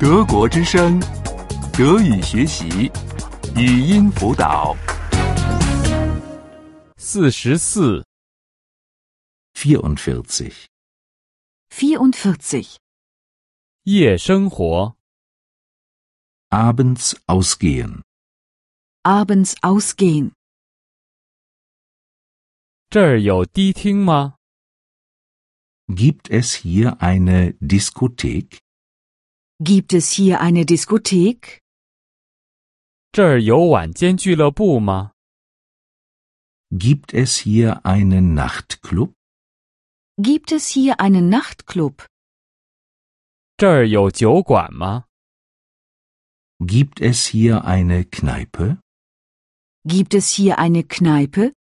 德国之声，德语学习，语音辅导。四十四， 44. 44. 夜生活。 Abends ausgehen. Abends ausgehen. 这儿有迪厅吗？ Gibt es hier eine Diskothek? Gibt es hier eine Diskothek? 这儿有晚间俱乐部吗？ Gibt es hier einen Nachtclub? Gibt es hier einen Nachtclub? 这儿有酒馆吗？ Gibt es hier eine Kneipe? Gibt es hier eine Kneipe?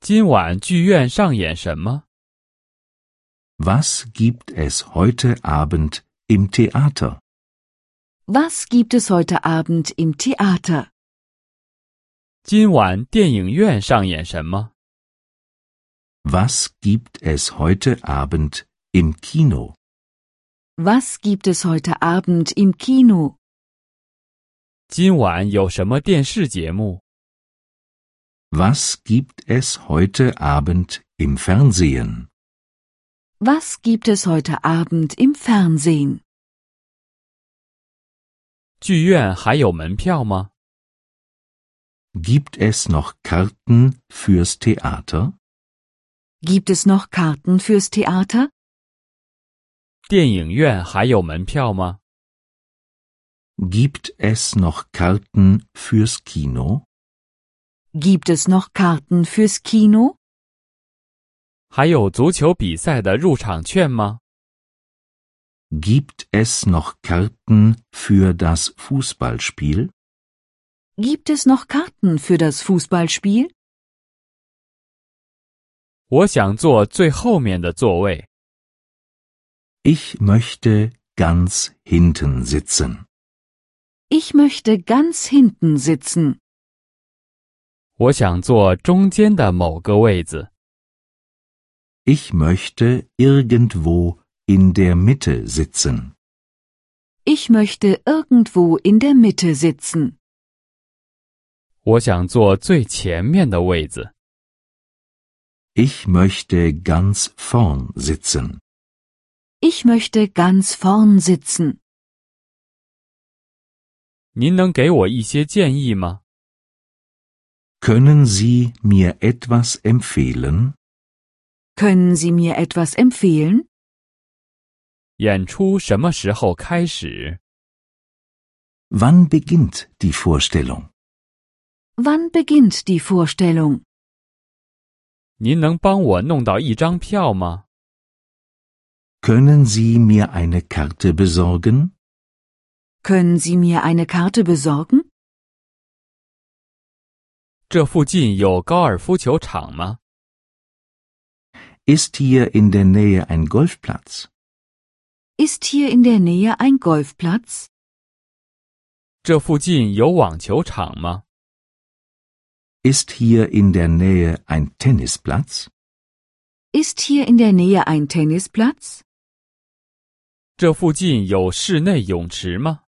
今晚剧院上演什么？ Was gibt es heute Abend im Theater? Was gibt es heute Abend im Theater? 今晚电影院上演什么？ Was gibt es heute Abend im Kino? Was gibt es heute Abend im Kino? 今晚有什么电视节目？ Was gibt es heute Abend im Fernsehen? Was gibt es heute Abend im Fernsehen? 剧院还有门票吗？ Gibt es noch Karten fürs Theater? Gibt es noch Karten fürs Theater? 电影院还有门票吗？ Gibt es noch Karten fürs Kino? Gibt es noch Karten fürs Kino? 还有足球比赛的入场券吗？ Gibt es noch Karten für das Fußballspiel? Gibt es noch Karten für das Fußballspiel? 我想坐最后面的座位。 Ich möchte ganz hinten sitzen. Ich möchte ganz hinten sitzen. 我想坐中间的某个位子。 Ich möchte irgendwo in der Mitte sitzen. Ich möchte irgendwo in der Mitte sitzen. 我想坐最前面的位子。 Ich möchte ganz vorn sitzen. Ich möchte ganz vorn sitzen. 您能给我一些建议吗？ Können Sie mir etwas empfehlen? Können Sie mir etwas empfehlen? 演出什么时候开始？ Wann beginnt die Vorstellung? Wann beginnt die Vorstellung? 您能帮我弄到一张票吗？ Können Sie mir eine Karte besorgen? Können Sie mir eine Karte besorgen? 这附近有高尔夫球场吗？ Ist hier in der Nähe ein Golfplatz? Ist hier in der Nähe ein Golfplatz? 这附近有网球场吗？ Ist hier in der Nähe ein Tennisplatz? Ist hier in der Nähe ein Tennisplatz? 这附近有室内泳池吗？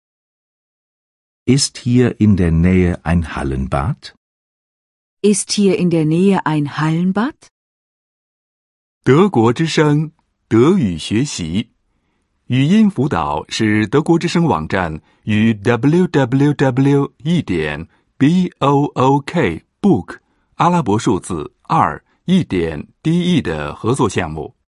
Ist hier in der Nähe ein Hallenbad? Ist hier in der Nähe ein Hallenbad? 德国之声，德语学习，语音辅导是德国之声网站与 www. 一点 b o o k book 阿拉伯数字二一点 d e 的合作项目。